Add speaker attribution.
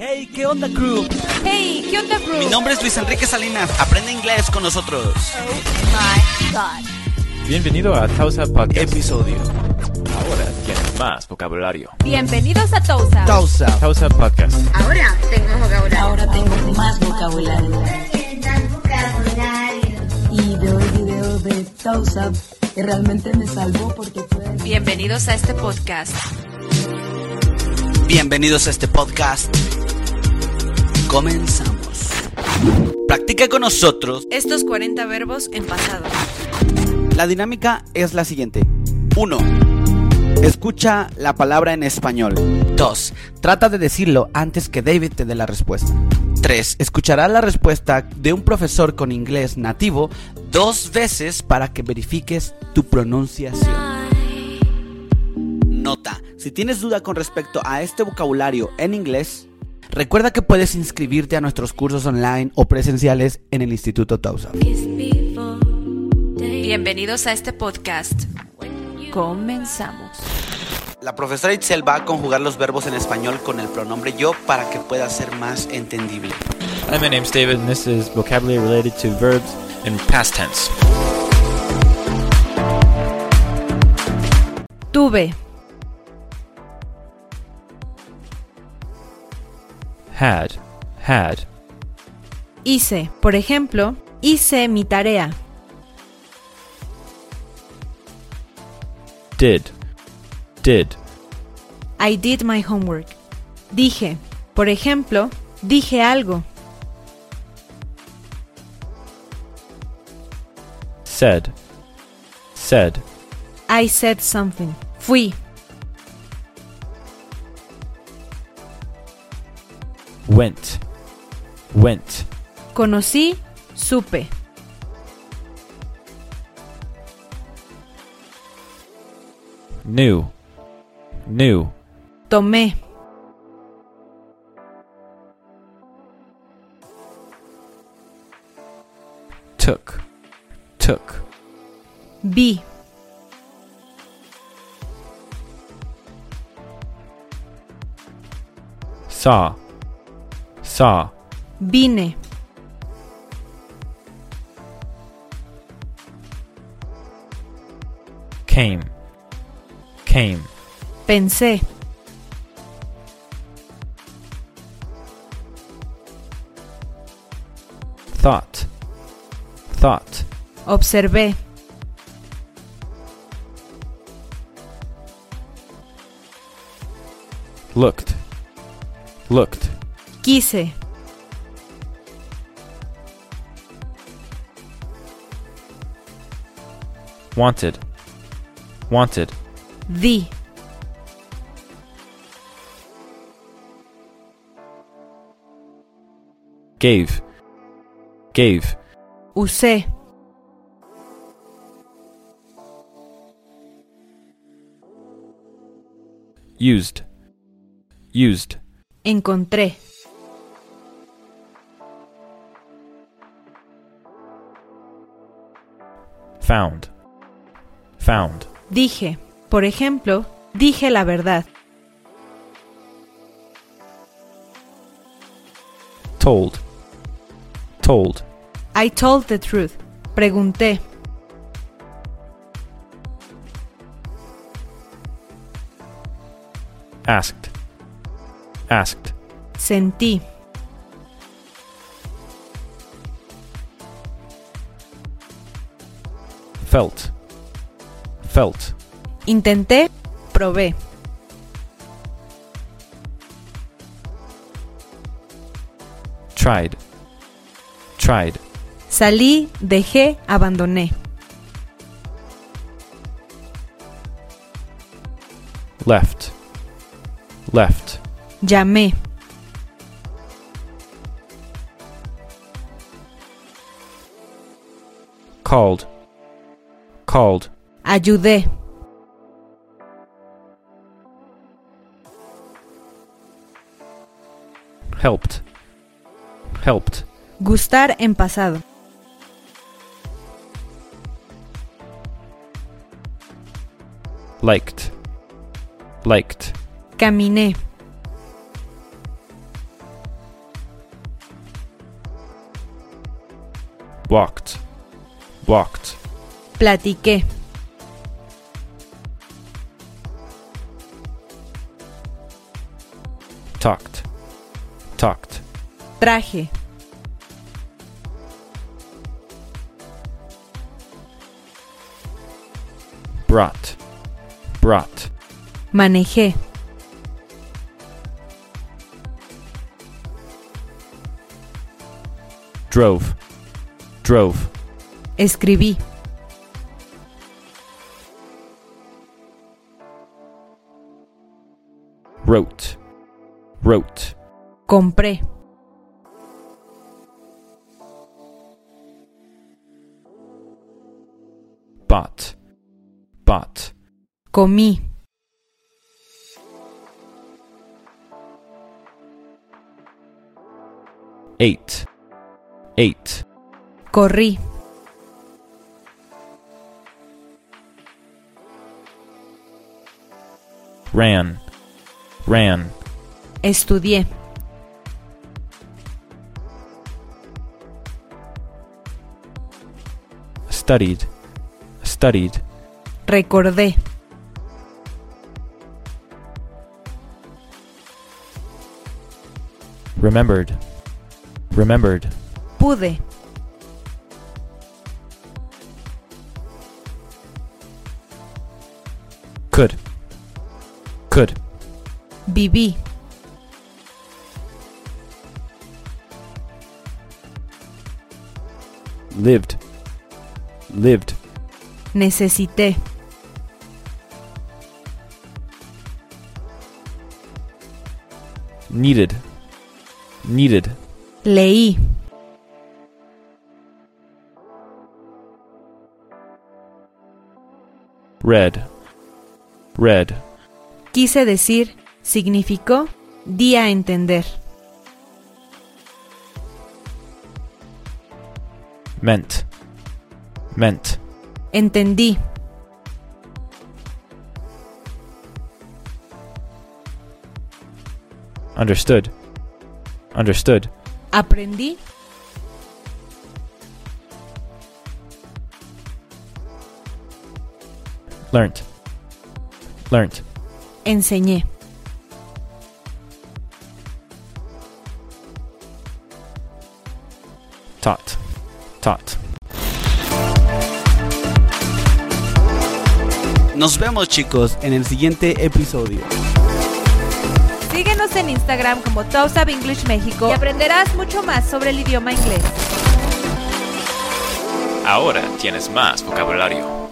Speaker 1: Hey, ¿qué onda, crew?
Speaker 2: Hey, ¿qué onda, crew?
Speaker 1: Mi nombre es Luis Enrique Salinas. Aprende inglés con nosotros.
Speaker 2: Oh my God.
Speaker 3: Bienvenido a Tausa Podcast.
Speaker 1: Episodio.
Speaker 3: Ahora tienes más vocabulario.
Speaker 2: Bienvenidos a Tousa.
Speaker 1: Pausa.
Speaker 3: Tausa Podcast.
Speaker 4: Ahora tengo vocabulario.
Speaker 5: Ahora tengo más vocabulario. Y veo el video de Tausa que realmente me salvó porque fue...
Speaker 2: Bienvenidos a este podcast.
Speaker 1: Bienvenidos a este podcast. Comenzamos. Practica con nosotros.
Speaker 2: Estos 40 verbos en pasado.
Speaker 1: La dinámica es la siguiente. 1. Escucha la palabra en español. 2. Trata de decirlo antes que David te dé la respuesta. 3. Escuchará la respuesta de un profesor con inglés nativo dos veces para que verifiques tu pronunciación. Nota, si tienes duda con respecto a este vocabulario en inglés, recuerda que puedes inscribirte a nuestros cursos online o presenciales en el Instituto Tausa.
Speaker 2: Bienvenidos a este podcast. Comenzamos.
Speaker 1: La profesora Itzel va a conjugar los verbos en español con el pronombre yo para que pueda ser más entendible.
Speaker 3: Hi, my name's David, and this is vocabulary related to verbs in past tense.
Speaker 2: Tuve,
Speaker 3: Had, had,
Speaker 2: hice. Por ejemplo, hice mi tarea.
Speaker 3: did, did,
Speaker 2: I did my homework. Dije. Por ejemplo, dije algo.
Speaker 3: said, said,
Speaker 2: I said something. Fui.
Speaker 3: went, went,
Speaker 2: Conocí, supe.
Speaker 3: knew, knew,
Speaker 2: Tomé.
Speaker 3: took, took,
Speaker 2: Vi.
Speaker 3: saw, saw,
Speaker 2: Vine.
Speaker 3: came, came,
Speaker 2: Pensé.
Speaker 3: thought, thought,
Speaker 2: Observé.
Speaker 3: looked, looked,
Speaker 2: Quise.
Speaker 3: wanted, wanted,
Speaker 2: Di.
Speaker 3: gave, gave,
Speaker 2: Usé.
Speaker 3: used, used,
Speaker 2: Encontré.
Speaker 3: found, found,
Speaker 2: Dije. Por ejemplo, dije la verdad.
Speaker 3: told, told,
Speaker 2: I told the truth. Pregunté.
Speaker 3: asked, asked,
Speaker 2: Sentí.
Speaker 3: felt, felt,
Speaker 2: Intenté. Probé.
Speaker 3: tried, tried,
Speaker 2: Salí. Dejé. Abandoné.
Speaker 3: left, left,
Speaker 2: Llamé.
Speaker 3: called, called,
Speaker 2: Ayudé.
Speaker 3: helped, helped,
Speaker 2: Gustar en pasado.
Speaker 3: liked, liked,
Speaker 2: Caminé.
Speaker 3: walked, walked,
Speaker 2: Platiqué.
Speaker 3: talked, talked,
Speaker 2: Traje.
Speaker 3: brought, brought,
Speaker 2: Manejé.
Speaker 3: drove, drove,
Speaker 2: Escribí.
Speaker 3: wrote, wrote,
Speaker 2: Compré.
Speaker 3: bought, bought,
Speaker 2: Comí.
Speaker 3: ate, ate,
Speaker 2: Corrí.
Speaker 3: ran, ran,
Speaker 2: Estudié.
Speaker 3: studied, studied,
Speaker 2: Recordé.
Speaker 3: remembered, remembered,
Speaker 2: Pude.
Speaker 3: could, could,
Speaker 2: Viví.
Speaker 3: lived, lived,
Speaker 2: Necesité.
Speaker 3: needed, needed,
Speaker 2: Leí.
Speaker 3: read, read,
Speaker 2: Quise decir, significó, di a entender.
Speaker 3: meant, meant,
Speaker 2: Entendí.
Speaker 3: understood, understood,
Speaker 2: Aprendí.
Speaker 3: learnt, learnt,
Speaker 2: Enseñé.
Speaker 3: taught, taught.
Speaker 1: Nos vemos chicos en el siguiente episodio.
Speaker 2: Síguenos en Instagram como Toastab English México y aprenderás mucho más sobre el idioma inglés.
Speaker 4: Ahora tienes más vocabulario.